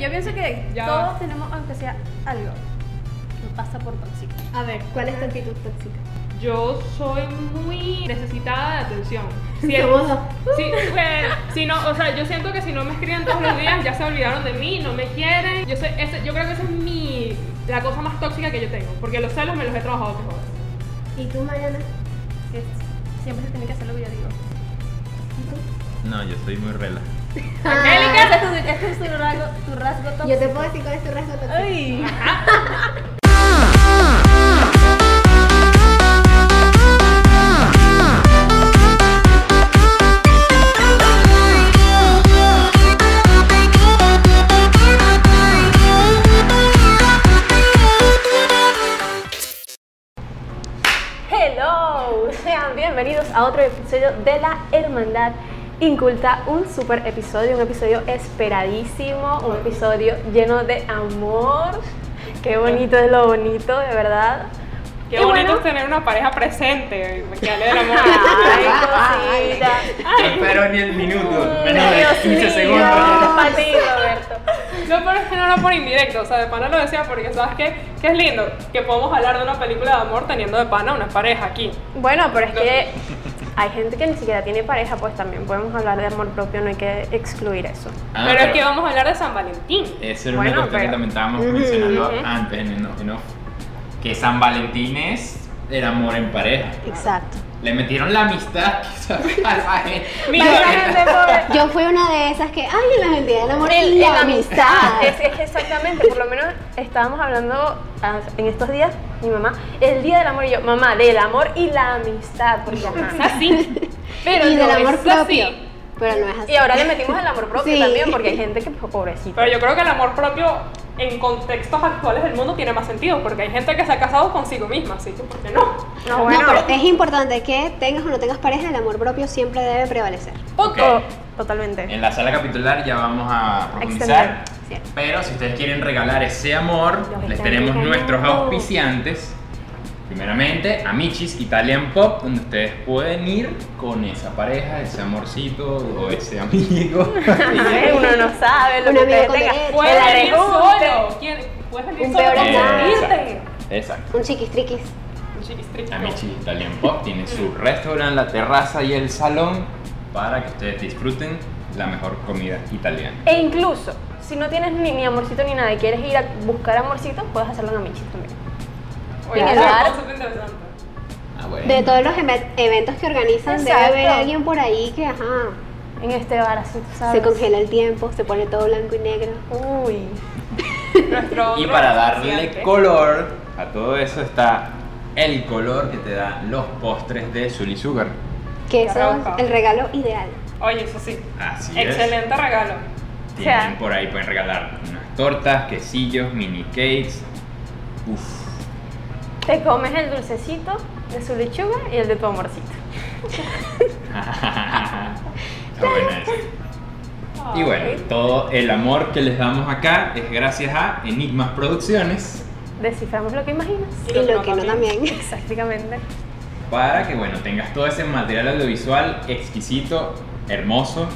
yo pienso que Ya. todos tenemos, aunque sea algo, que pasa por tóxico. A ver, ¿cuál es tu actitud tóxica? Yo soy muy necesitada de atención. Si, Somos dos. si- pues, si no, o sea, yo siento que si no me escriben todos los días, ya se olvidaron de mí, no me quieren. Yo, sé, ese- yo creo que esa es mi, la cosa más tóxica que yo tengo, porque los celos me los he trabajado que joder. ¿Y tú, Mariana? Que siempre se tiene que hacer lo que yo digo. ¿Y tú? No, yo soy muy rela. Angélica, este es tu- este es tu rasgo, tu rasgo tóxico. Ah. Yo te puedo decir cuál es tu rasgo tóxico. Ay. Hello, sean bienvenidos a otro episodio de La Hermandad Inculta, un super episodio, un episodio esperadísimo, un episodio lleno de amor. Qué bonito es lo bonito, de verdad. Qué Y bonito bueno. es tener una pareja presente, me quedé de la moda. Ay, cosita. No espero ni el minuto, menos de Dios 15 mío, segundos. ya. para ti, Roberto. Lo peor es que no era por indirecto, o sea, de pana lo decía porque sabes que, que es lindo que podamos hablar de una película de amor teniendo de pana una pareja aquí. Bueno, pero es No. que hay gente que ni siquiera tiene pareja, pues también podemos hablar de amor propio, no hay que excluir eso. Ah, pero es que vamos a hablar de San Valentín. Esa era Bueno, una cuestión que pero- también estábamos mencionando ujú. antes en el off, en off, Que San Valentín es el amor en pareja. Exacto. Le metieron la amistad quizás a la gente. Mira, Pero- Yo fui una de esas que, ay, en la identidad del amor y la amistad. Es, es que exactamente, por lo menos estábamos hablando ah, en estos días, mi mamá, el día del amor y yo, mamá, del amor y la amistad, porque Es ajá. así. Pero y no del amor es así. propio. Pero no es así. Y ahora le metimos el amor propio Sí. también, porque hay gente que, pues, pobrecita. Pero yo creo que el amor propio en contextos actuales del mundo tiene más sentido, porque hay gente que se ha casado consigo misma, así que ¿por qué no? No, No, bueno, pero es importante que tengas o no tengas pareja, el amor propio siempre debe prevalecer. Ok, o- totalmente. En la sala capitular ya vamos a profundizar. Cierto. Pero si ustedes quieren regalar ese amor, Los les están tenemos regalando. nuestros auspiciantes. Primeramente, Amichis Italian Pop, donde ustedes pueden ir con esa pareja, ese amorcito o ese amigo. Ay, uno no sabe lo Un que amigo ustedes con tengan. derecho. El Puedes venir arejunte. solo. ¿Quién- Puedes venir Un solo. peor con amor. tu Exacto. irte. Exacto. Un chiquistriquis. Chiquis, triquis, no. Amichis Italian Pop tiene su restaurante, la terraza y el salón para que ustedes disfruten la mejor comida italiana. E incluso, si no tienes ni, ni amorcito ni nada y quieres ir a buscar amorcito, puedes hacerlo en Amichis también. Oye, En el eso es bar. un concepto interesante. Ah, bueno. De todos los eme- eventos que organizan, debe Exacto. haber alguien por ahí que, ajá, En este bar, así tú sabes. se congela el tiempo, se pone todo blanco y negro. Uy. Nuestro Y otro para darle auspiciante. color a todo eso está el color que te dan los postres de Sully Sugar. Que eso es Caramba. el regalo ideal. Oye, eso sí. Así Excelente regalo. es. O sea- Tienen por ahí, pueden regalar unas tortas, quesillos, mini cakes. Uf. Te comes el dulcecito de su lechuga y el de tu amorcito. está buena esa. Y bueno, todo el amor que les damos acá es gracias a Enigmas Producciones Desciframos lo que imaginas. Y Y lo que lo no que no también. también. Exactamente. para que bueno tengas todo ese material audiovisual exquisito, hermoso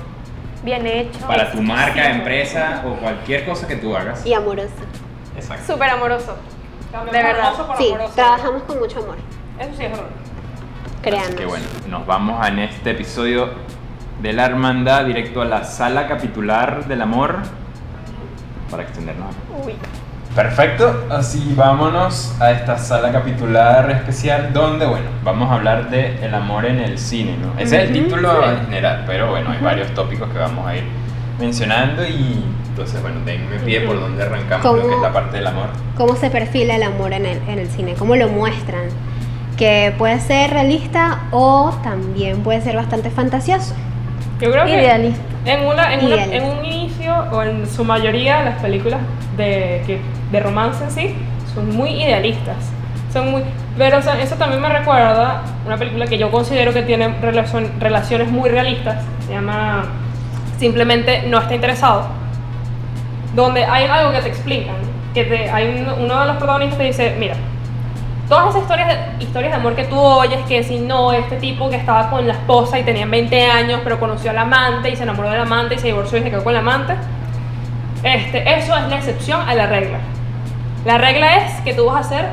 Bien hecho. para tu marca, empresa o cualquier cosa que tú hagas. Y amoroso. Exacto. Súper amoroso. Cambiamos De verdad. amoroso por Sí, amoroso. trabajamos con mucho amor. Eso sí es verdad. Créanos. Así que bueno, nos vamos en este episodio de la hermandad directo a la sala capitular del amor para extendernos. Uy. Perfecto, así vámonos a esta sala capitular especial donde, bueno, vamos a hablar de el amor en el cine, ¿no? Ese es el título en general, pero bueno, hay varios tópicos que vamos a ir mencionando y entonces, bueno, denme pie por donde arrancamos lo que es la parte del amor. cómo se perfila el amor en el, en el cine, cómo lo muestran, que puede ser realista o también puede ser bastante fantasioso. Yo creo que Idealista. en, una, en, una- Idealista. en un inicio, o en su mayoría, las películas de, que- de romance en sí son muy idealistas. Son muy, pero o sea, eso también me recuerda una película que yo considero que tiene relacion- relaciones muy realistas. Se llama Simplemente No está interesado. Donde hay algo que te explican. Que te, hay un- uno de los protagonistas te dice, mira, Todas esas historias de, historias de amor que tú oyes, que si no, este tipo que estaba con la esposa y tenían 20 años, pero conoció al amante y se enamoró del amante y se divorció y se quedó con el amante, Este, eso es la excepción a la regla. La regla es que tú vas a hacer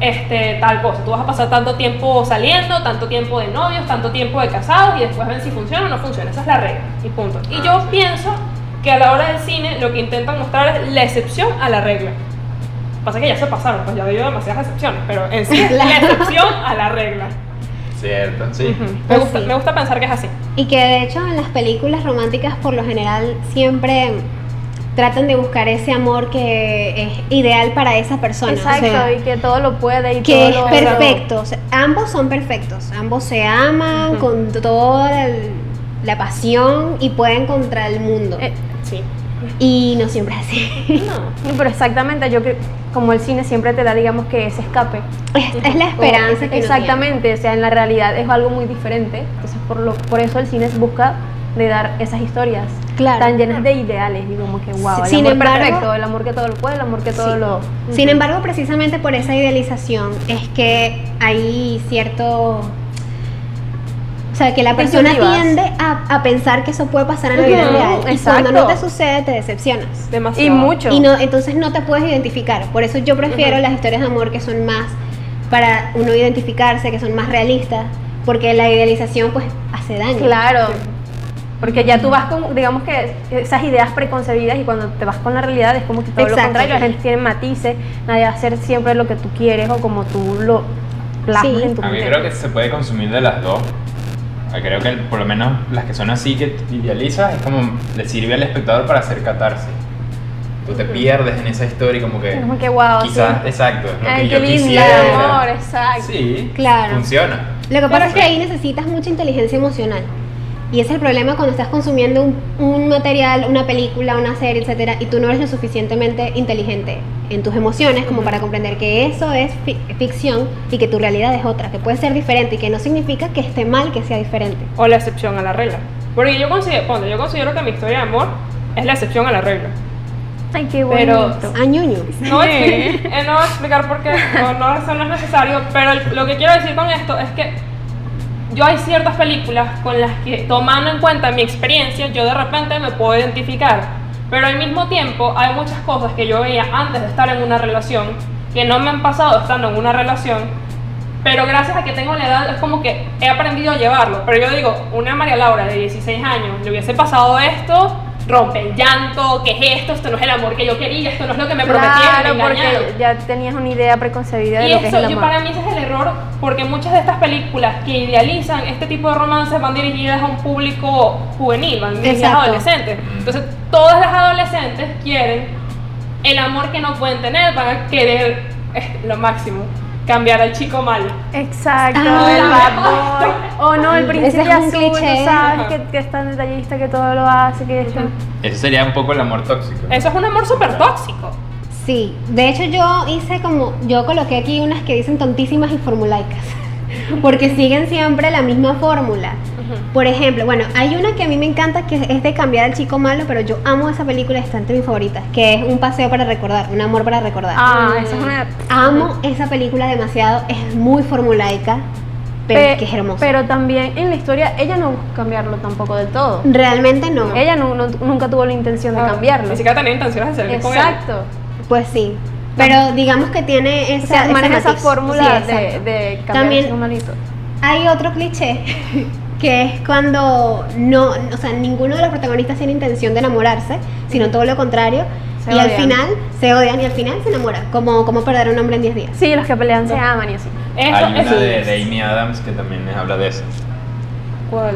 este, tal cosa. Tú vas a pasar tanto tiempo saliendo, tanto tiempo de novios, tanto tiempo de casados y después ven si funciona o no funciona. Esa es la regla y punto. Y yo pienso que a la hora del cine lo que intentan mostrar es la excepción a la regla. Pasa que ya se pasaron, pues ya dio demasiadas excepciones, pero en sí es la excepción a la regla. Cierto, sí. Ujú. Me, Pues gusta, sí. me gusta pensar que es así. Y que de hecho en las películas románticas por lo general siempre tratan de buscar ese amor que es ideal para esa persona. o Exacto, sea, y que todo lo puede y que es todo lo- perfecto. o sea, ambos son perfectos. Ambos se aman Ujú. con toda el- la pasión y pueden contra el mundo. Eh, Sí. y no siempre es así. No. No, pero exactamente, yo creo, como el cine siempre te da, digamos, que ese escape. es, es la esperanza que uno Exactamente, o sea, en la realidad es algo muy diferente. Entonces, por, lo, por eso el cine busca de dar esas historias Claro. tan llenas de ideales, y como que wow, el Sin amor embargo- perfecto, el amor que todo lo puede, el amor que todo Sí. lo... Sin embargo, precisamente por esa idealización es que hay cierto... O sea, que la persona Expectativas. tiende a, a pensar que eso puede pasar en la vida Ujú, real. Y exacto. cuando no te sucede, te decepcionas. Demasiado. Y mucho. Y no, entonces no te puedes identificar. Por eso yo prefiero las historias de amor que son más para uno identificarse, que son más realistas. Porque la idealización, pues, hace daño. Claro. Porque ya tú vas con, digamos que esas ideas preconcebidas y cuando te vas con la realidad es como que todo Exacto. lo contrario, la gente tiene matices, nadie va a hacer siempre lo que tú quieres o como tú lo plasmas Sí. en tu A mí mente. creo que se puede consumir de las dos. Ah, Creo que por lo menos las que son así que tú idealizas es como le sirve al espectador para hacer catarsis. Tú te pierdes en esa historia y como que Como que wow, quizás, sí. exacto, es lo Ay, qué que yo lindo, el quisiera. amor, exacto. Sí, Claro. funciona. Lo que pasa es que sí. ahí necesitas mucha inteligencia emocional. Y ese es el problema cuando estás consumiendo un, un material, una película, una serie, etcétera, y tú no eres lo suficientemente inteligente en tus emociones como para comprender que eso es fi- ficción y que tu realidad es otra, que puede ser diferente y que no significa que esté mal que sea diferente. o la excepción a la regla. Porque yo considero, ponte, yo considero que mi historia de amor es la excepción a la regla. Ay, qué Pero- bonito. Añoño. No, voy a expli- eh, no voy a explicar por qué, no, no, eso no es necesario, pero el- lo que quiero decir con esto es que yo hay ciertas películas con las que, tomando en cuenta mi experiencia, yo de repente me puedo identificar. Pero al mismo tiempo hay muchas cosas que yo veía antes de estar en una relación, que no me han pasado estando en una relación, pero gracias a que tengo la edad, es como que he aprendido a llevarlo. Pero yo digo, una María Laura de 16 años, le hubiese pasado esto, rompe el llanto, ¿qué es esto? Esto no es el amor que yo quería, esto no es lo que me prometieron, Claro, me engañaron. porque ya tenías una idea preconcebida de Y lo que es eso, el yo amor. para mí ese es el error, porque muchas de estas películas que idealizan este tipo de romances van dirigidas a un público juvenil, van dirigidas a Exacto. adolescentes. Entonces, todas las adolescentes quieren el amor que no pueden tener, van a querer eh, lo máximo, cambiar al chico malo. Exacto, Ah, el claro. bad boy. O no, el Ese príncipe es un azul, tú cliché. sabes Ajá. que, que es tan detallista que todo lo hace, que es tan- Eso sería un poco el amor tóxico. Eso es un amor súper tóxico. Sí, de hecho yo hice como, yo coloqué aquí unas que dicen tontísimas y formulaicas, porque siguen siempre la misma fórmula. Por ejemplo, bueno, hay una que a mí me encanta que es de cambiar al chico malo, pero yo amo esa película, está entre mis favoritas, que es Un paseo para recordar, un amor para recordar. Ah, esa es una... Amo esa película demasiado, es muy formulaica, pero Pe- es que es hermosa. Pero también en la historia ella no busca cambiarlo tampoco del todo. Realmente no. Ella no- no- nunca tuvo la intención de Ah, cambiarlo. Ni siquiera tenía intenciones de salir con él. Exacto. Pues sí, pero digamos que tiene esa, O sea, ese maneja esa matiz. fórmula Sí, de, exacto. de cambiar También- el ser humanito. Hay otro cliché que es cuando no, o sea, ninguno de los protagonistas tiene intención de enamorarse, sino todo lo contrario. Se y al odian. final se odian y al final se enamoran, como, como perder a un hombre en 10 días. Sí, los que pelean se aman y así. Eso- Hay una eso- de, de Amy Adams que también les habla de eso. ¿Cuál?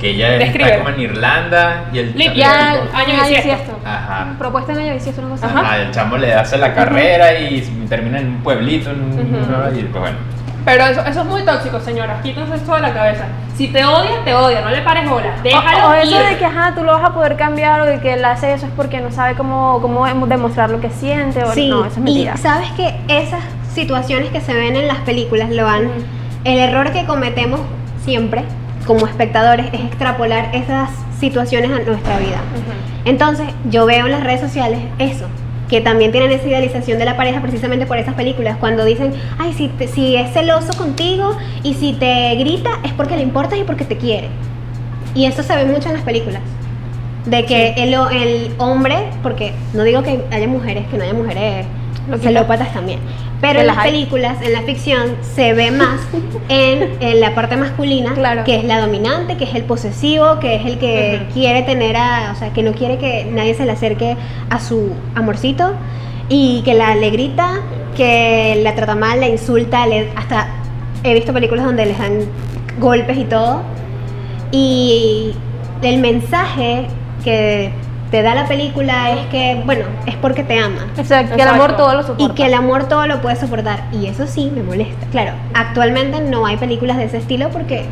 Que ella Describe. está como en Irlanda y el Lip chamo- year. el tipo- año Ah, bisiesto. bisiesto. Ajá. Propuesta en año bisiesto, una cosa así. Ajá, el chamo le hace la carrera y termina en un pueblito, en un, Ujú. y pues bueno. Pero eso, eso es muy tóxico, señoras. Quítense esto de la cabeza. Si te odia, te odia. No le pares bola. Déjalo O, o eso ir. de que ajá, tú lo vas a poder cambiar o de que él hace eso es porque no sabe cómo, cómo em- demostrar lo que siente o Sí, no, eso es y mentira. sabes que esas situaciones que se ven en las películas lo han. Ujú. El error que cometemos siempre como espectadores es extrapolar esas situaciones a nuestra vida. Entonces, yo veo en las redes sociales eso, que también tienen esa idealización de la pareja precisamente por esas películas, cuando dicen, ay, si, te- si es celoso contigo y si te grita es porque le importas y porque te quiere. Y eso se ve mucho en las películas. de que el, o- el hombre, porque no digo que haya mujeres, que no haya mujeres celópatas también, pero Que en las las hay. películas, en la ficción, se ve más en, en la parte masculina, Claro. que es la dominante, que es el posesivo, que es el que quiere tener a, o sea, que no quiere que nadie se le acerque a su amorcito y que la le grita, que la trata mal, la insulta, le, hasta he visto películas donde les dan golpes y todo. Y el mensaje que te da la película es que, bueno, es porque te ama. O sea, que el amor Exacto. todo lo Y soporta. que el amor todo lo puede soportar. Y eso sí me molesta. Claro, actualmente no hay películas de ese estilo porque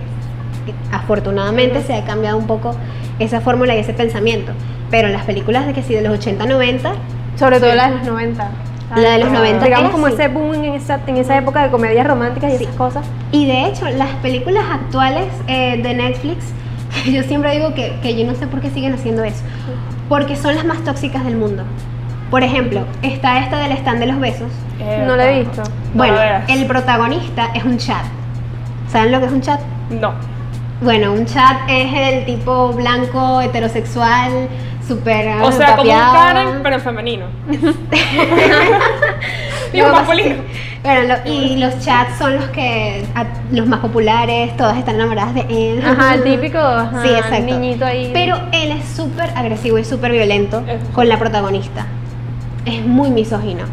afortunadamente se ha cambiado un poco esa fórmula y ese pensamiento. Pero las películas de que sí, de los 80, 90, Sobre todo la de los 90. ¿sabes? La de los 90 Digamos era como así. ese boom en esa, en esa época de comedias románticas y Sí. esas cosas. Y de hecho, las películas actuales eh, de Netflix, yo siempre digo que, que yo no sé por qué siguen haciendo eso, porque son las más tóxicas del mundo. Por ejemplo, está esta del stand de los besos. Eh, No la he visto. Bueno, A ver. el protagonista es un chat. ¿Saben lo que es un chat? No. Bueno, un chat es el tipo blanco, heterosexual, Ah, súper O sea, como un papeado. Karen, pero en femenino. Digo, No, masculino. Bueno, lo- y los chats son los que a- los más populares, todas están enamoradas de él. Ajá, el típico ajá, Sí, exacto. niñito ahí. Pero él es súper agresivo y súper violento Eso sí. con la protagonista. Es muy misógino.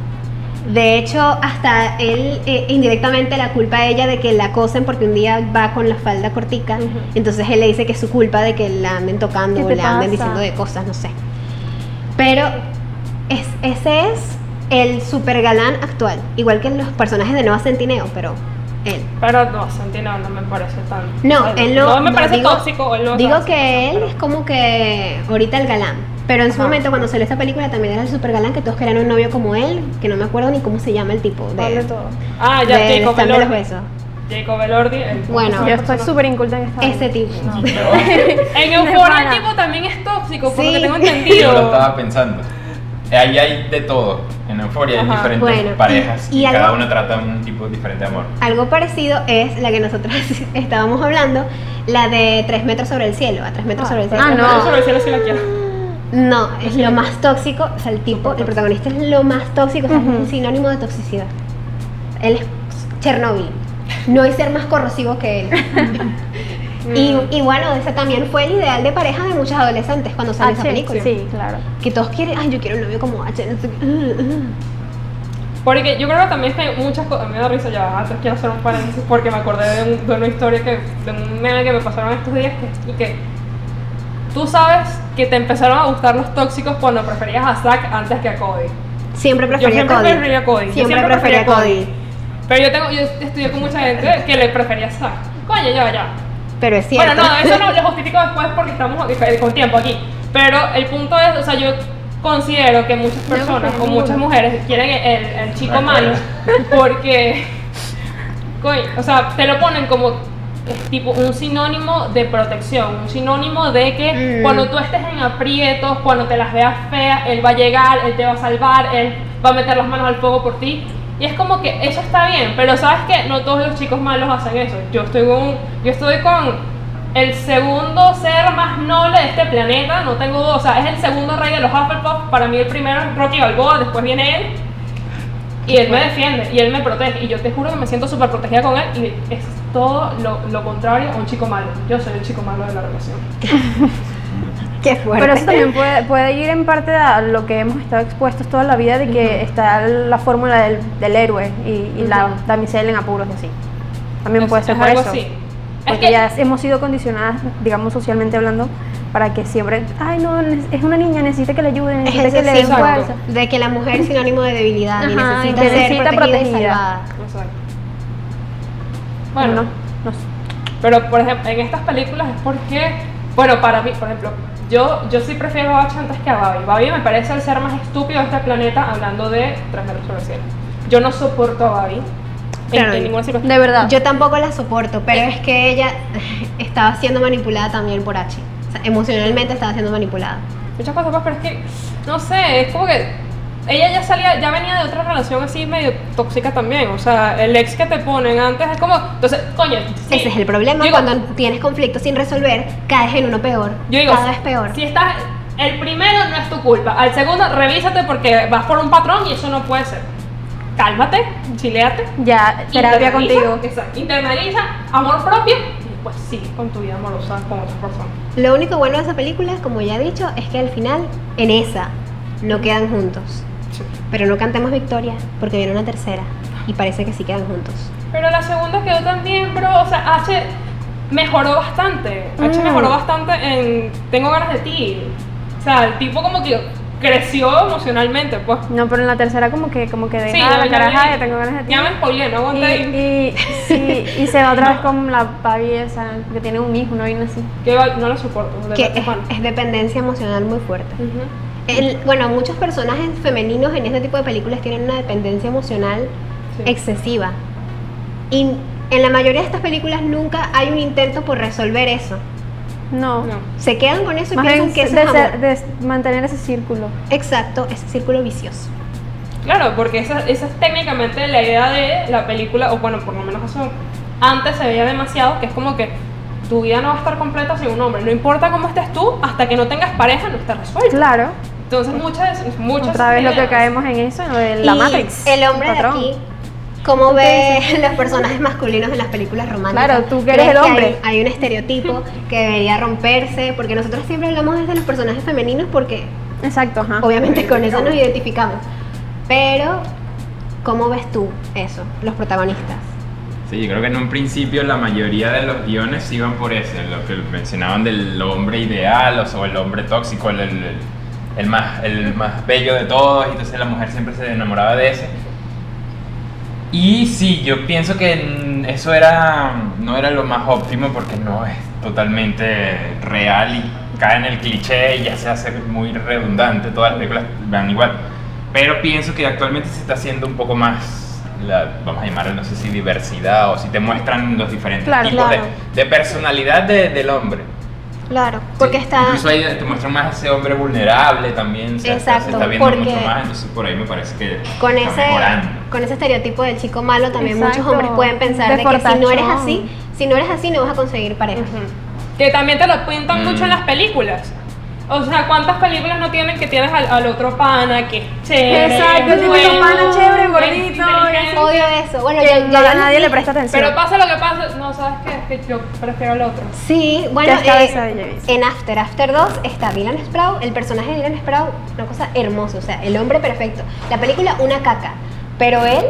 De hecho, hasta él eh, indirectamente la culpa a ella de que la acosen porque un día va con la falda cortica. Entonces él le dice que es su culpa de que la anden tocando ¿Qué o te le anden pasa? diciendo de cosas, no sé. Pero es- ese es el super galán actual. Igual que los personajes de Nueva Centineo, pero él. Pero no, Santino no me parece tan. No, tan- él no. me no, parece digo- tóxico. él no es digo tóxico, que él pero- es como que ahorita el galán. Pero en su momento, cuando salió esta película, también era el super galán, que todos querían un novio como él, que no me acuerdo ni cómo se llama el tipo. De, todo. Ah, ya, del Jacob stand de los Elordi. besos. Jacob Elordi. el- Bueno, Yo estoy súper inculta en esta. Ese tipo. En Euphoria el tipo también es tóxico, por lo que Sí. tengo Yo lo entendido. estaba pensando. Ahí hay de todo. En Euforia hay Ajá. diferentes Bueno, parejas y- y, y cada algo- una trata un tipo diferente de amor. Algo parecido es la que nosotros estábamos hablando, la de tres metros sobre el cielo, a tres metros sobre el cielo. Ah, no. Yo sobre el cielo sí la quiero. No, es lo más tóxico, o sea, el tipo, el protagonista es lo más tóxico, o sea, es un sinónimo de toxicidad. Él es Chernobyl. No hay ser más corrosivo que él. Mm. y, y bueno, ese también fue el ideal de pareja de muchas adolescentes cuando salió esa película. Ah, Sí, claro. Que todos quieren, ay, yo quiero un novio como H. no sé qué, uh, uh". Porque yo creo que también es que hay muchas cosas. Me da risa ya. Antes quiero hacer un paréntesis porque me acordé de, un- de una historia que. de un meme que me pasaron estos días que, y que. Tú sabes que te empezaron a gustar los tóxicos cuando preferías a Zack antes que a Cody. Siempre Yo prefería siempre Cody. prefería a Cody. Yo Siempre prefería a Cody. Pero yo tengo, yo estudié con mucha gente que le prefería a Zack. Coño, ya, ya. Pero es cierto. Bueno, no, eso no lo justifico después porque estamos eh, con tiempo aquí. Pero el punto es, o sea, yo considero que muchas personas o muchas mujeres quieren el, el chico Recuerda. malo porque, coño, o sea, te lo ponen como es tipo un sinónimo de protección, un sinónimo de que Mm. cuando tú estés en aprietos, cuando te las veas feas, él va a llegar, él te va a salvar, él va a meter las manos al fuego por ti. Y es como que eso está bien, pero sabes que no todos los chicos malos hacen eso. Yo estoy con, yo estoy con el segundo ser más noble de este planeta, no tengo duda, o sea, es el segundo rey de los Hufflepuff, para mí el primero es Rocky Balboa, después viene él. Y él me defiende, y él me protege, y yo te juro que me siento súper protegida con él, y es todo lo, lo contrario a un chico malo. Yo soy el chico malo de la relación. Qué fuerte. Pero eso también puede, puede ir en parte a lo que hemos estado expuestos toda la vida de que está la fórmula del, del héroe y, y la damisela en apuros y así. También Es- puede ser es por algo eso. así. Es Porque que, ya hemos sido condicionadas, digamos, socialmente hablando, para que siempre, ay, no, ne- es una niña, necesita que le ayuden, Es necesita ese que le den símbolo fuerza. de que la mujer es sinónimo de debilidad y Ajá, necesita, y ser necesita protegida, y protegida. salvada. no sé. Bueno, No, no sé. pero por ejemplo, en estas películas es porque, bueno, para mí, por ejemplo, yo, yo sí prefiero a Bacha antes que a Babi. Babi me parece el ser más estúpido de este planeta hablando de Tres metros sobre el cielo. Yo no soporto a Babi. Claro. en, en ninguna circunstancia. De verdad. Yo tampoco la soporto, pero es que ella estaba siendo manipulada también por H. O sea, emocionalmente estaba siendo manipulada. muchas cosas más, pero es que, no sé, es como que ella ya salía, ya venía de otra relación así medio tóxica también, o sea, el ex que te ponen antes es como, entonces, coño, sí. Ese es el problema Yo digo, cuando tienes conflictos sin resolver, caes en uno peor, yo digo, cada vez peor. Si estás El primero no es tu culpa. Al segundo, revísate porque vas por un patrón y eso no puede ser. Cálmate, chileate. Ya, terapia contigo. Exacto. Internaliza amor propio y pues sigue con tu vida amorosa con otras personas. Lo único bueno de esa película, como ya he dicho, es que al final, en esa, no quedan juntos. Pero no cantemos victoria, porque viene una tercera. Y parece que sí quedan juntos. Pero la segunda quedó también, bro. O sea, H mejoró bastante. H Mm. mejoró bastante en Tengo ganas de ti. O sea, el tipo como que creció emocionalmente, pues. No, pero en la tercera como que, como que deja ya- la ya caraja me- que tengo ganas de ti. Ya me spoilé, no Y, aguanté ahí. y, sí, y se va otra vez con la pavi esa, que tiene un hijo, una vaina así. Que va- no lo soporto, de Que verdad, es, Juan. es dependencia emocional muy fuerte. El- bueno, muchos personajes femeninos en este tipo de películas tienen una dependencia emocional Sí. excesiva. Y en la mayoría de estas películas nunca hay un intento por resolver eso. No. No. Se quedan con eso y Más piensan bien que eso de es ser- amor. de mantener ese círculo. Exacto, ese círculo vicioso. Claro, porque esa, esa es técnicamente la idea de la película, o bueno, por lo menos eso antes se veía demasiado, que es como que tu vida no va a estar completa sin un hombre. No importa cómo estés tú, hasta que no tengas pareja no está resuelto. Claro. Entonces muchas, muchas Otra vez lo que ideas- caemos en eso, de la Y Matrix. El hombre de patrón. aquí, ¿cómo ve los personajes masculinos en las películas románticas? Claro, tú que ¿Crees eres el hay- hombre. Hay, un estereotipo que debería romperse, porque nosotros siempre hablamos desde los personajes femeninos porque Exacto, ajá. obviamente con eso nos identificamos. Pero, ¿cómo ves tú eso, los protagonistas? Sí, yo creo que en un principio la mayoría de los guiones iban por ese, lo que mencionaban del hombre ideal o sobre el hombre tóxico, el, el- el- el más, el más bello de todos, y entonces la mujer siempre se enamoraba de ese. Y sí, yo pienso que mm, eso era, no era lo más óptimo porque no es totalmente real y cae en el cliché y ya se hace muy redundante, todas las películas van igual. Pero pienso que actualmente se está haciendo un poco más, la, vamos a llamarlo, no sé si diversidad o si te muestran los diferentes Claro, tipos claro. De, de personalidad de- del hombre. Claro, porque Sí, está... Incluso ahí te muestran más a ese hombre vulnerable también, se, está- se Exacto, está viendo mucho porque- más, entonces por ahí me parece que Con está ese, mejorando. con ese estereotipo del chico malo también muchos Exacto. hombres pueden pensar De de, que si no eres fortachón. así, si no eres así no vas a conseguir pareja. Ujú. Que también te lo pintan Mm. mucho en las películas. O sea, ¿cuántas películas no tienen que tienes al, al otro pana que es chévere? Exacto, el típico bueno, pana chévere, es gordito, y inteligente? Odio eso. Bueno, Que ya, no- ya a lo- nadie le presta atención. Pero pasa lo que pasa, no sabes qué, es que yo prefiero al otro. Sí, bueno, Ya está eh, esa de Javis. en After After 2 está Dylan Sprout, el personaje de Dylan Sprout, una cosa hermosa, o sea, el hombre perfecto. La película una caca, pero él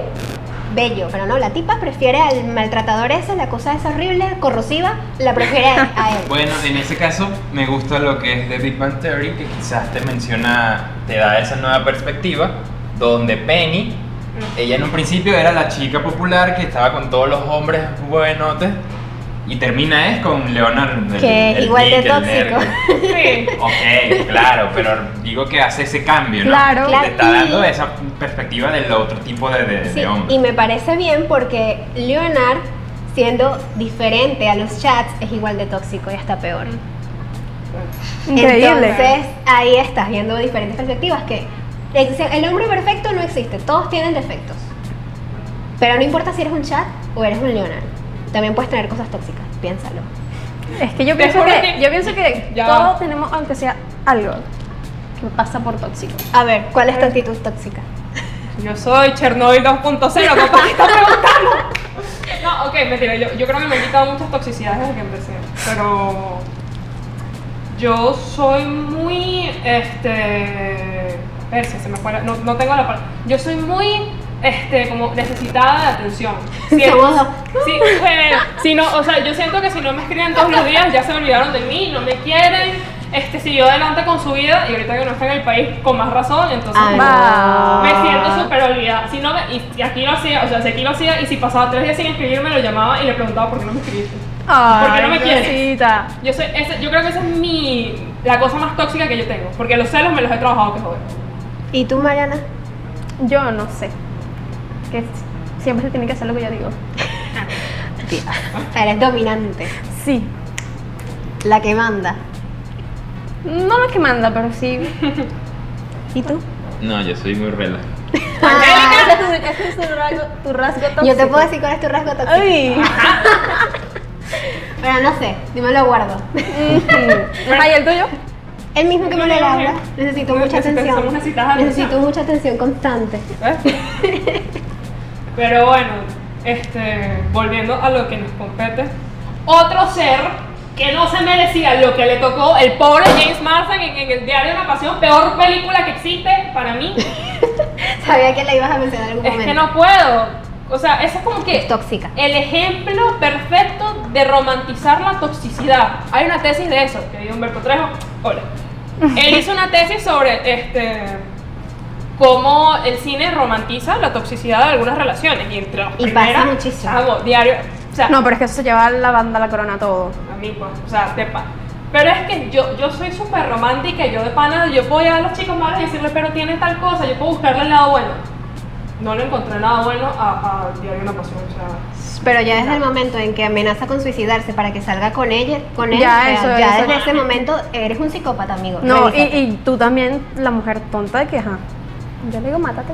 bello, pero no, la tipa prefiere al maltratador ese, la cosa es horrible, corrosiva, la prefiere a a él. Bueno, en ese caso me gusta lo que es de Big Bang Theory, que quizás te menciona, te da esa nueva perspectiva, donde Penny, Mm. ella en un principio era la chica popular que estaba con todos los hombres buenotes, y termina es con Leonardo. el- Que es el igual de geek, el nerd. tóxico. Sí. Ok, claro, pero digo que hace ese cambio, ¿no? Claro. Te está Claro, y- dando esa perspectiva del otro tipo de, de, de Sí, hombre. y me parece bien porque Leonard, siendo diferente a los chats, es igual de tóxico y hasta peor. Increíble. Entonces ahí estás viendo diferentes perspectivas que ex- el hombre perfecto no existe, todos tienen defectos. Pero no importa si eres un chat o eres un leonard, también puedes tener cosas tóxicas, piénsalo. es que yo Te pienso juro que, que- yo pienso que Ya. todos tenemos, aunque sea algo, que pasa por tóxico. A ver, ¿cuál es tu actitud tóxica? Yo soy Chernobyl 2.0, papá, ¿qué estás preguntando? No, ok, mentira, yo, yo creo que me he quitado muchas toxicidades desde que empecé, pero yo soy muy, este, Persia, se me fue, la- no, no tengo la palabra, yo soy muy, este, como necesitada de atención. es- Somos dos. sí, eh, si no, o sea, yo siento que si no me escriben todos los días, ya se olvidaron de mí, no me quieren, este, siguió adelante con su vida y ahorita que no está en el país, con más razón, entonces... Ay, va. Me siento súper olvidada. Si no me- y, y aquí lo hacía, o sea, si aquí lo hacía, y si pasaba tres días sin escribirme, lo llamaba y le preguntaba por qué no me escribiste. Ay, ¿Por qué no me quieres? Rosita. Yo, soy- ese- yo creo que esa es mi, la cosa más tóxica que yo tengo, porque los celos me los he trabajado que joder. ¿Y tú, Mariana? Yo no sé. Que s- siempre se tiene que hacer lo que yo digo. Eres dominante, Sí. la que manda. No lo que manda, pero sí. ¿Y tú? Ah, No, yo soy muy rela. Ah. Angélica, ese es tu rasgo, tu rasgo tóxico. Yo te puedo decir cuál es tu rasgo tóxico. Ay. Pero no sé, yo me lo guardo. Ujú. Ajá, ¿y el tuyo? El mismo que No, María no, no. Laura. Necesito No, mucha necesitamos- atención. necesitas Necesito atención. mucha atención constante. ¿Eh? Pero bueno, este, volviendo a lo que nos compete, otro ser que no se merecía lo que le tocó el pobre James Marsden en, en el Diario de una Pasión, peor película que existe para mí, Sabía que la ibas a mencionar en algún es que momento. no puedo. O sea, eso es como que Es tóxica. el ejemplo perfecto de romantizar la toxicidad. Hay una tesis de eso, que dio Humberto Trejo. Hola. Él hizo una tesis sobre este cómo el cine romantiza la toxicidad de algunas relaciones. Y entre las Y pasa primeras, muchísimo. chavo, diario. O sea, No, pero es que eso se lleva la banda la corona todo. a mí, pues, o sea, de pan. Pero es que yo, yo soy súper romántica, yo de pana, yo puedo llegar a los chicos malos y decirles, pero tiene tal cosa, yo puedo buscarle el lado bueno. No le encontré nada bueno a, a Diario de una Pasión, o sea, Pero ya desde el momento en que amenaza con suicidarse para que salga con ella, con él, Ya, o sea, eso- ya eso- desde ese momento eres un psicópata, amigo. No, y, Revísate. y tú también, la mujer tonta de que, ajá. Yo le digo, mátate.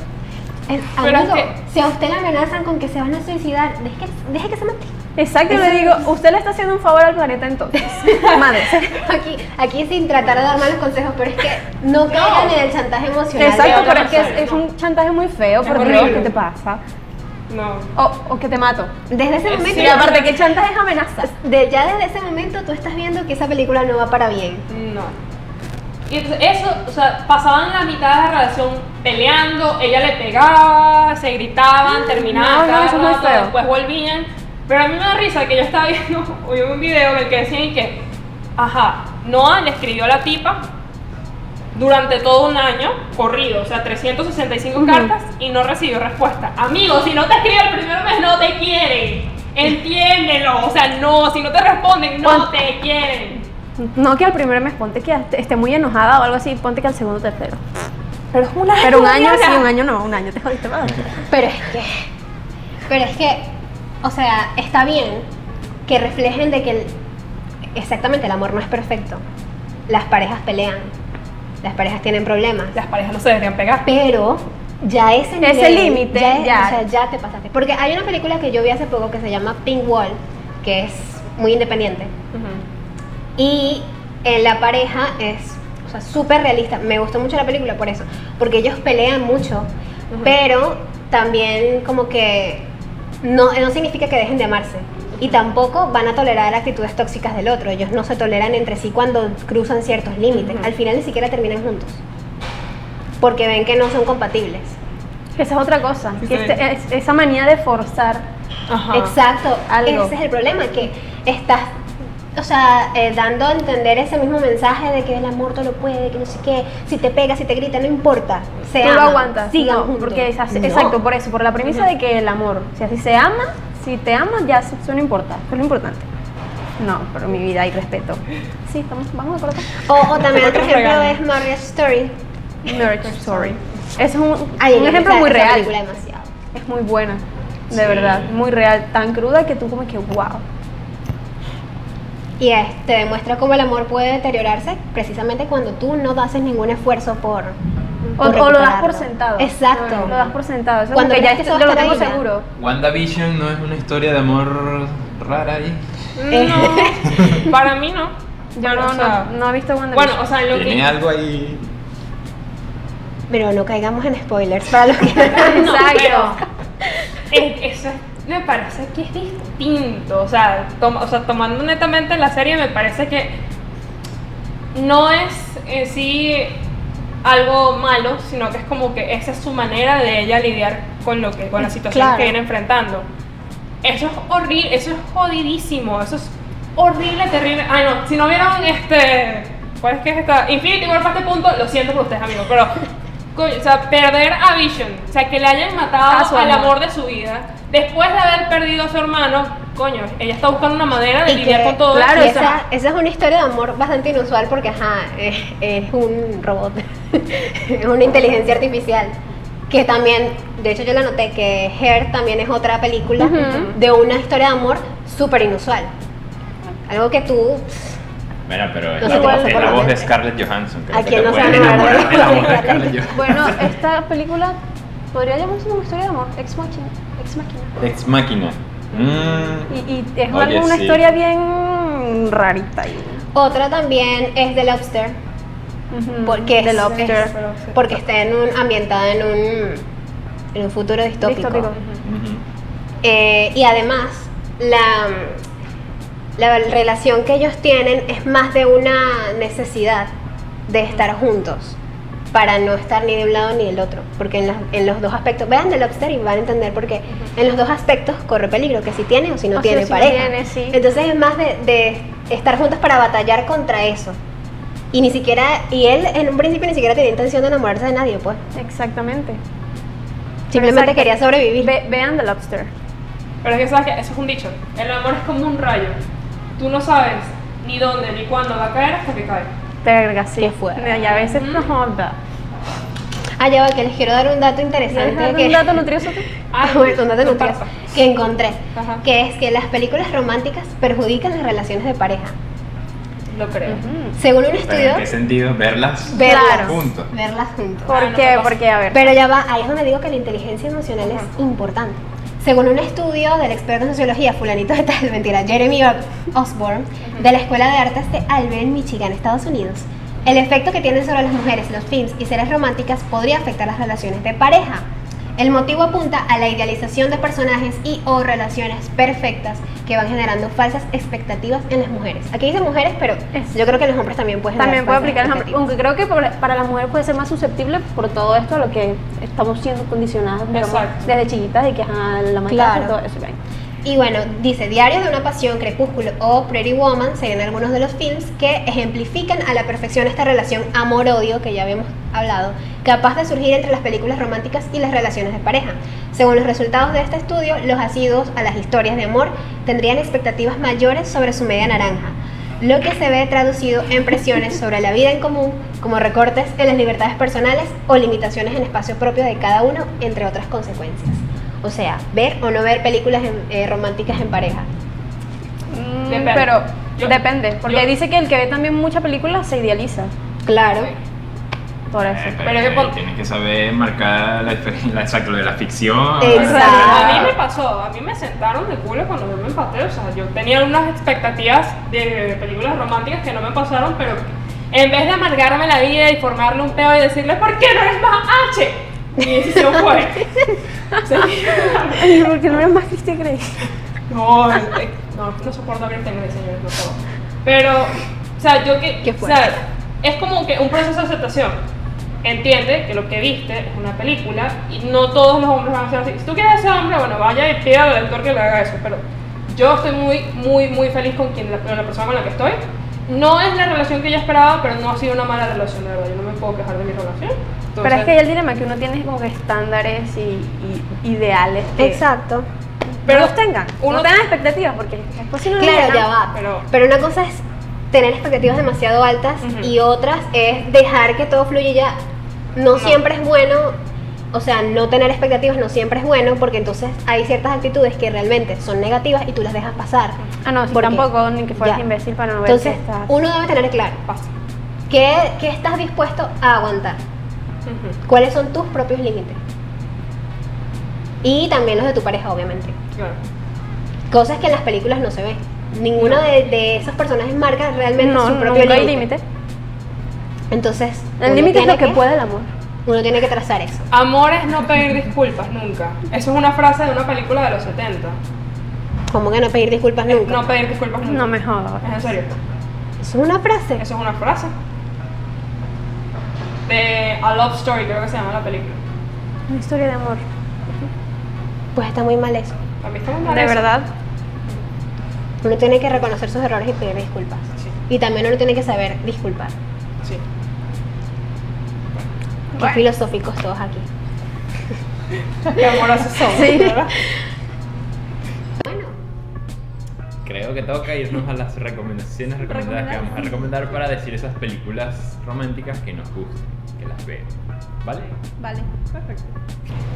Es- Pero Eh, amigo, es que- si a usted le amenazan con que se van a suicidar, deje que, deje que se mate. Exacto, yo le digo, usted le está haciendo un favor al planeta entonces. Mándese. Aquí, aquí sin tratar de dar malos consejos, pero es que no caigan en el chantaje emocional. Exacto, no, pero no, es que no. es, es un chantaje muy feo, Es porque horrible. ¿qué te pasa? no. O, o que te mato. Desde ese momento, Y aparte, que chantaje es amenaza? de- ya desde ese momento tú estás viendo que esa película no va para bien. No. Y entonces eso, o sea, pasaban la mitad de la relación peleando, ella le pegaba, se gritaban, terminaban, Mm, no, eso es muy cada rato, feo. después volvían. Pero a mí me da risa que yo estaba viendo hoy un video en el que decían que, ajá, Noah le escribió a la tipa durante todo un año corrido, o sea, 365 Ujú. cartas y no recibió respuesta. Amigo, si no te escribe el primer mes, no te quieren. Entiéndelo, o sea, no, si no te responden, no ¿Cuánto- te quieren. No que al primer mes ponte que est- esté muy enojada o algo así, ponte que al segundo tercero. Pero es una Pero un año sí, un año no, un año te jodiste madre. Pero es que, pero es que, o sea, está bien que reflejen de que el- exactamente el amor no es perfecto. Las parejas pelean, las parejas tienen problemas, Las parejas no se deberían pegar. pero ya ese nivel, Ese límite, ya, ya. o sea, ya te pasaste. Porque hay una película que yo vi hace poco que se llama Pink Wall, que es muy independiente y en la pareja es o sea, súper realista. Me gustó mucho la película por eso, porque ellos pelean mucho, pero también como que no, no significa que dejen de amarse. Y tampoco van a tolerar actitudes tóxicas del otro. Ellos no se toleran entre sí cuando cruzan ciertos límites. Ujú. Al final ni siquiera terminan juntos. Porque ven que no son compatibles. Esa es otra cosa, Sí, que sí. este- es- esa manía de forzar. Ajá. Exacto, Algo. ese es el problema, que estás, o sea, eh, dando a entender ese mismo mensaje de que el amor todo lo puede, que no sé qué, si te pega, si te grita, no importa, se Tú lo aman, aguantas. sigan no, juntos. porque es así- No. exacto, por eso, por la premisa de que el amor, si así se ama, si te amas ya eso eso no importa, eso es lo importante. No, pero mi vida y respeto. Sí, estamos, vamos de acuerdo. O, o también otro Otro ejemplo regalo. es Marriage Story. Marriage Story. Es un, Ay, un esa- ejemplo muy esa real. película demasiado. Es muy buena, de verdad, muy real, tan cruda que tú como que wow. Y eh, te demuestra cómo el amor puede deteriorarse precisamente cuando tú no haces ningún esfuerzo por... O, o por lo das recuperarlo. por sentado. Ah, Exacto. Lo das por sentado. Eso Cuando Cuando ya crees que esto- eso yo va a lo tengo estar ahí, ya. seguro. WandaVision no es una historia de amor rara ahí. No, para mí no. Yo no, Eh, o sea, no, no he visto WandaVision. Bueno, o sea, lo Tiene que. algo ahí. Pero no caigamos en spoilers para los que... No, pero Exacto. es- eso es- me parece que es distinto. O sea, toma- o sea, tomando netamente la serie, me parece que no es en sí algo malo, sino que es como que esa es su manera de ella lidiar con lo que con la situación Claro. que viene enfrentando. Eso es horrible, eso es jodidísimo, eso es horrible, terrible. Ay, no, si no vieron este. ¿Cuál es que es esta? Infinity War para este punto, lo siento por ustedes, amigos, pero. coño, o sea, perder a Vision, o sea, que le hayan matado A su al amor. amor de su vida, después de haber perdido a su hermano, coño, ella está buscando una manera de Y lidiar que- con todo claro, eso. esa, esa es una historia de amor bastante inusual porque, ajá, es, es un robot, es una inteligencia artificial. Que también, de hecho yo la noté, que Her también es otra película Ujú. de una historia de amor súper inusual. Algo que tú, Mira, pero es, No la, se voz, puede es separar. la voz de Scarlett Johansson. ¿A Creo que quién no se te puedes va a enamorar enamorar de de la voz de Scarlett Scarlett Johansson. Bueno, esta película podría llamarse una historia de amor, Ex Machina. Ex Machina. Ex Máquina. Mm, Y, y es Oye, algo- una sí. historia bien rarita. ahí. otra también es The Lobster. Mm, Ujú. porque, The es- Lobster. es- porque está en un, ambientada en un, en un futuro distópico. Distópico. Ujú. Eh, y además, la, la relación que ellos tienen es más de una necesidad de estar juntos para no estar ni de un lado ni del otro, porque en, las- en los dos aspectos, vean The Lobster y van a entender por qué, en los dos aspectos corre peligro, que si tiene o si no O sea, tiene si no pareja. tiene, sí. Entonces es más de, de estar juntos para batallar contra eso. Y ni siquiera, y él en un principio ni siquiera tenía intención de enamorarse de nadie, pues. Exactamente. Simplemente exacto. quería sobrevivir. Ve- vean The Lobster. Pero es que sabes que eso es un dicho. El amor es como un rayo. Tú no sabes ni dónde ni cuándo va a caer hasta que cae. Verga, sí. Qué fuerte. No, Y a veces no joda. Ah, ya va, que les quiero dar un dato interesante. que... ¿Un dato nutrioso? Ah, Ah, bueno, un dato no curioso pasa. que encontré, Ajá. que es que las películas románticas perjudican las relaciones de pareja. Lo creo. Según un Pero estudio, ¿En qué sentido? ¿Verlas? verlas, Claro. Junto. verlas juntos. Ah, ¿Por no, qué? capaz. Porque, a ver. Pero ya va, ahí es donde digo que la inteligencia emocional es importante. Según un estudio del experto en sociología, fulanito de tal, mentira, Jeremy Osborne, de la Escuela de Artes de Albion, Michigan, Estados Unidos, el efecto que tienen sobre las mujeres los films y series románticas podría afectar las relaciones de pareja. El motivo apunta a la idealización de personajes y o relaciones perfectas que van generando falsas expectativas en las mujeres. Aquí dice mujeres, pero yo creo que los hombres también pueden También puede aplicar el hambre, aunque creo que por- para la mujer puede ser más susceptible por todo esto a lo que estamos siendo condicionadas digamos, Exacto. desde chiquitas y que ajá, la maquillaje Claro. y todo eso. ¿verdad? Y bueno, dice Diarios de una Pasión, Crepúsculo o Pretty Woman serían algunos de los films que ejemplifican a la perfección esta relación amor-odio que ya habíamos hablado, capaz de surgir entre las películas románticas y las relaciones de pareja. Según los resultados de este estudio, los asiduos a las historias de amor tendrían expectativas mayores sobre su media naranja, lo que se ve traducido en presiones sobre la vida en común, como recortes en las libertades personales o limitaciones en espacio propio de cada uno, entre otras consecuencias. O sea, ver o no ver películas en- eh, románticas en pareja. Mm, Depende. Pero Yo- depende, porque yo- dice que el que ve también mucha película se idealiza Claro. por eso. Eh, Pero pero es que por- tienes que saber marcar la, diferen- la- exacto, lo de la ficción. Exacto. A mí me pasó, a mí me sentaron de culo cuando yo me empaté. O sea, yo tenía unas expectativas de películas románticas que no me pasaron, pero en vez de amargarme la vida y formarle un peo y decirle, ¿por qué no eres más H? Mi decisión fue. Sí. porque no eres más Christian Grey. No, es- es- no, no soporto ver Grey, señores, no puedo. Pero, o sea, yo que. Qué o fuerte. sea, es como que un proceso de aceptación. Entiende que lo que viste es una película y no todos los hombres van a ser así. Si tú quieres ser hombre, bueno, vaya y pida al actor que le haga eso. Pero yo estoy muy, muy, muy feliz con, quien, con la persona con la que estoy. No es la relación que yo esperaba, pero no ha sido una mala relación, de verdad. Yo no me puedo quejar de mi relación. Pero es Entonces- que hay el dilema que uno tiene es como que estándares y, y ideales eh, que Exacto. pero Pero- los tengan. uno- no tengan expectativas porque es posible Claro, ya va. Pero- Pero, una cosa es tener expectativas demasiado altas Ujú. y otras es dejar que todo fluya y ya. No, No. siempre es bueno, o sea, no tener expectativas no siempre es bueno porque entonces hay ciertas actitudes que realmente son negativas y tú las dejas pasar. Ah, no, sí, ¿Por qué? tampoco, ni que fueras Ya. imbécil para no ver Entonces, que estás. uno debe tener claro Pasa. qué, qué estás dispuesto a aguantar, Ujú. cuáles son tus propios límites y también los de tu pareja, obviamente. Claro. Cosas que en las películas no se ven. Ninguno de, de esos personajes marca realmente no, su propio nunca hay límite. límite. Entonces, El uno límite es tiene lo que puede el amor. Uno tiene que trazar eso. Amor es no pedir disculpas nunca. Eso es una frase de una película de los 70. ¿Cómo que no pedir disculpas nunca? No pedir disculpas nunca. Eh, No me jodas. Es en serio. Eso es una frase. Eso es una frase. De A Love Story, creo que se llama la película. Una historia de amor. Pues está muy mal eso. También está De verdad. Uno tiene que reconocer sus errores y pedir disculpas. Sí, Y también uno tiene que saber disculpar. sí. Qué Bueno. filosóficos todos aquí. Qué amorosos somos, Sí. ¿verdad? Creo que toca irnos a las recomendaciones recomendadas que vamos a recomendar para decir esas películas románticas que nos gustan, que las vean. ¿Vale? Vale.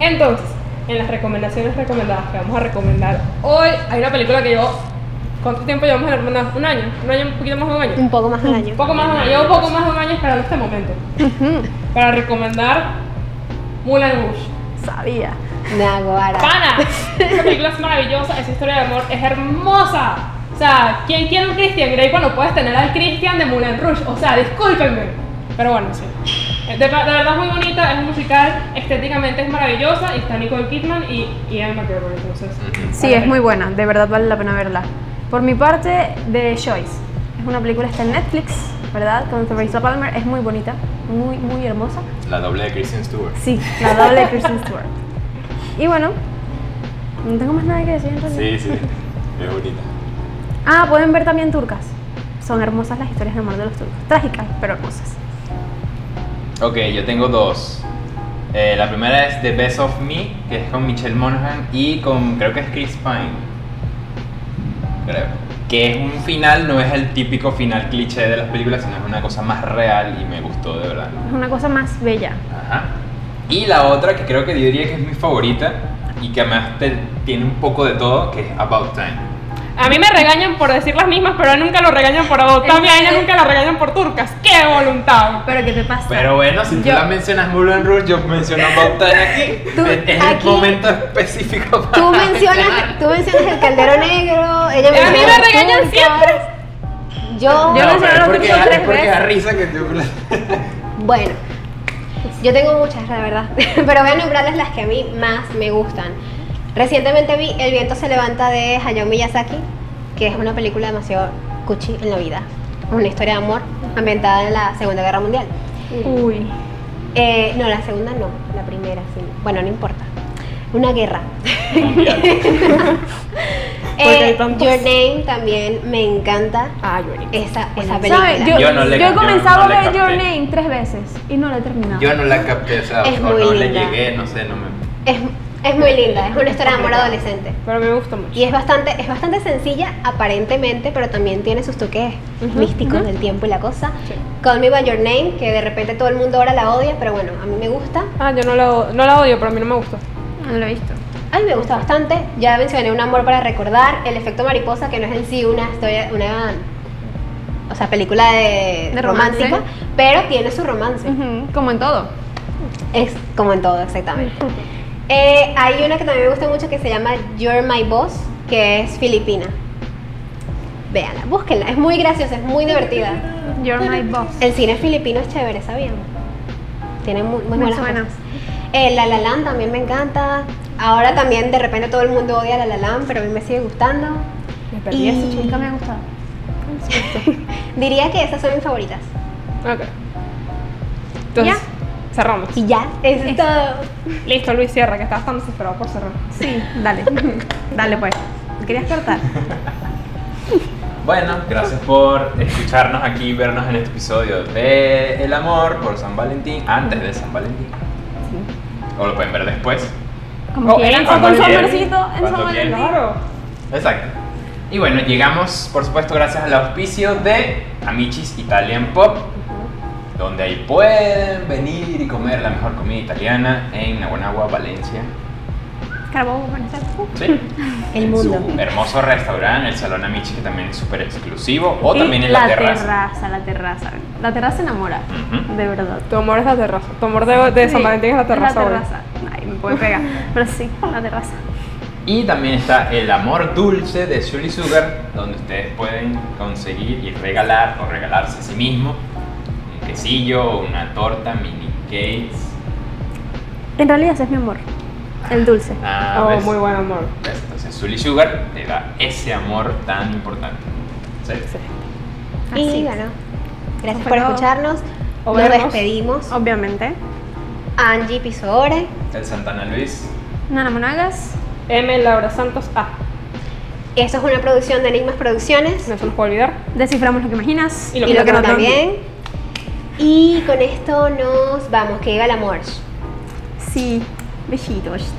Entonces, en las recomendaciones recomendadas que vamos a recomendar hoy, hay una película que llevo. ¿Cuánto tiempo llevamos en la ¿Un año? ¿Un año? ¿Un poquito más de un año? Un poco más al año. Un poco más de un año. Llevo un poco más de un año esperando este momento. Para recomendar Mulan Rouge. Sabía. Naguara. ¡Pana! Esa película es maravillosa, esa historia de amor es hermosa. O sea, ¿quién quiere un Christian Grey cuando puedes tener al Christian de Moulin Rouge? O sea, discúlpenme. Pero bueno, sí. Eh, De, ver- de verdad es muy bonita, es un musical, estéticamente es maravillosa y está Nicole Kidman y Ian McGregor, entonces. Sí, vale la es muy pena. buena, de verdad vale la pena verla. Por mi parte, The Choice. Es una película, está en Netflix, ¿verdad? Con Teresa Palmer, es muy bonita, muy, muy hermosa. La doble de Kristen Stewart. Sí, la doble de Kristen Stewart. Y bueno, no tengo más nada que decir en realidad. Sí, sí. Es bonita. Ah, pueden ver también turcas. Son hermosas las historias de amor de los turcos. Trágicas, pero hermosas. Ok, yo tengo dos. Eh, la primera es The Best of Me, que es con Michelle Monaghan y con, creo que es Chris Pine. Creo. Que es un final, no es el típico final cliché de las películas, sino es una cosa más real y me gustó de verdad. Es una cosa más bella. Ajá. Y la otra que creo que yo diría que es mi favorita y que además te- tiene un poco de todo, que es About Time. A mí me regañan por decir las mismas, pero a él nunca lo regañan por adoptar, a ella nunca la regañan por turcas. ¡Qué voluntad! Pero ¿qué te pasa? Pero bueno, si tú Yo- la mencionas Moulin Rouge, yo menciono About Time aquí. Tú- es es aquí- el momento específico para Tú mencionas, tú mencionas el caldero negro, ella mí me menciona las regañan turcas. siempre. Yo, Yo mencioné pero los es porque, primeros da- tres es porque da veces. risa que yo... bueno, yo tengo muchas, la verdad, pero voy a nombrarles las que a mí más me gustan. Recientemente vi El viento se levanta de Hayao Miyazaki, que es una película demasiado cuchi en la vida, una historia de amor ambientada en la Segunda Guerra Mundial. Uy. Eh, no, la segunda no, la primera sí. Bueno, no importa. Una guerra. Porque hay Eh, tantos. Your Name también me encanta. Ah, Yuri. Esa, esa película. ¿Sabes? Yo, Yo no le- yo he yo comenzado no le a ver Your capté. Name tres veces y no la he terminado. Yo no la capté, o sea, Es o muy no le linda. llegué, no sé, no me... Es, es muy linda, es una historia de amor adolescente. Pero me gusta mucho. Y es bastante, es bastante sencilla aparentemente, pero también tiene sus toques místicos del tiempo y la cosa. Call Me By Your Name, que de repente todo el mundo ahora la odia, pero bueno, a mí me gusta. Ah, yo no la, o- no la odio, pero a mí no me gusta. No lo he visto. A mí me gusta bastante. Ya mencioné Un amor para recordar, El efecto mariposa, que no es en sí una historia, una o sea, película de, De romance. romántica, pero tiene su romance. Ujú, Como en todo. Es como en todo, exactamente. Eh, hay una que también me gusta mucho que se llama You're My Boss, que es filipina. Véanla, búsquenla, es muy graciosa, es muy divertida. You're My Boss. El cine filipino es chévere, ¿sabían? Tiene muy, muy Me buenas suena. cosas. Eh, la La Land también me encanta. Ahora también de repente todo el mundo odia La La Land, pero a mí me sigue gustando. Me perdí eso, chico. Nunca me ha gustado. Diría que esas son mis favoritas. Ok. Entonces, cerramos. Y ya, eso es todo. Listo, Luis, cierra, que estabas tan desesperado por cerrar. Sí, dale. dale pues. ¿Querías cortar? Bueno, gracias por escucharnos aquí, vernos en este episodio de El Amor por San Valentín, antes de San Valentín. O lo pueden ver después. Como Oh, quieran. eh, O con cuando quieran. sombrercito en San Cuando Valentín. quieran. Exacto. Y bueno, llegamos, por supuesto, gracias al auspicio de Amicis Italian Pop, donde ahí pueden venir y comer la mejor comida italiana en Naguanagua, Valencia. Carabobo, Buenos Aires. Sí. El en mundo. su hermoso restaurante, el Salón Amici, que también es súper exclusivo, o Y también en la, terraza. La terraza, la terraza. La terraza enamora. Ujú. De verdad. Tu amor es la terraza. Tu amor de, de San Sí, Valentín es la terraza. La hoy. terraza. Ay, me puede pegar. Pero sí, la terraza. Y también está El Amor Dulce de Sully Sugar, donde ustedes pueden conseguir y regalar o regalarse a sí mismo un quesillo, una torta, mini cakes. En realidad ese es mi amor. El dulce. Ah, Oh, ¿ves? muy buen amor. ¿Ves? Entonces Sully Sugar te da ese amor tan importante. ¿Sí? Y Así es. bueno, gracias por Ojalá. escucharnos. O Nos vernos. despedimos. Obviamente. Angie Pisore. El Santana Luis. Nana Monagas. M. Laura Santos A. Esto es una producción de Enigmas Producciones. No se nos puede olvidar. Desciframos lo que imaginas. Y lo y que lo que no no también. Y con esto nos vamos, que llega la amor. Sí. Besitos.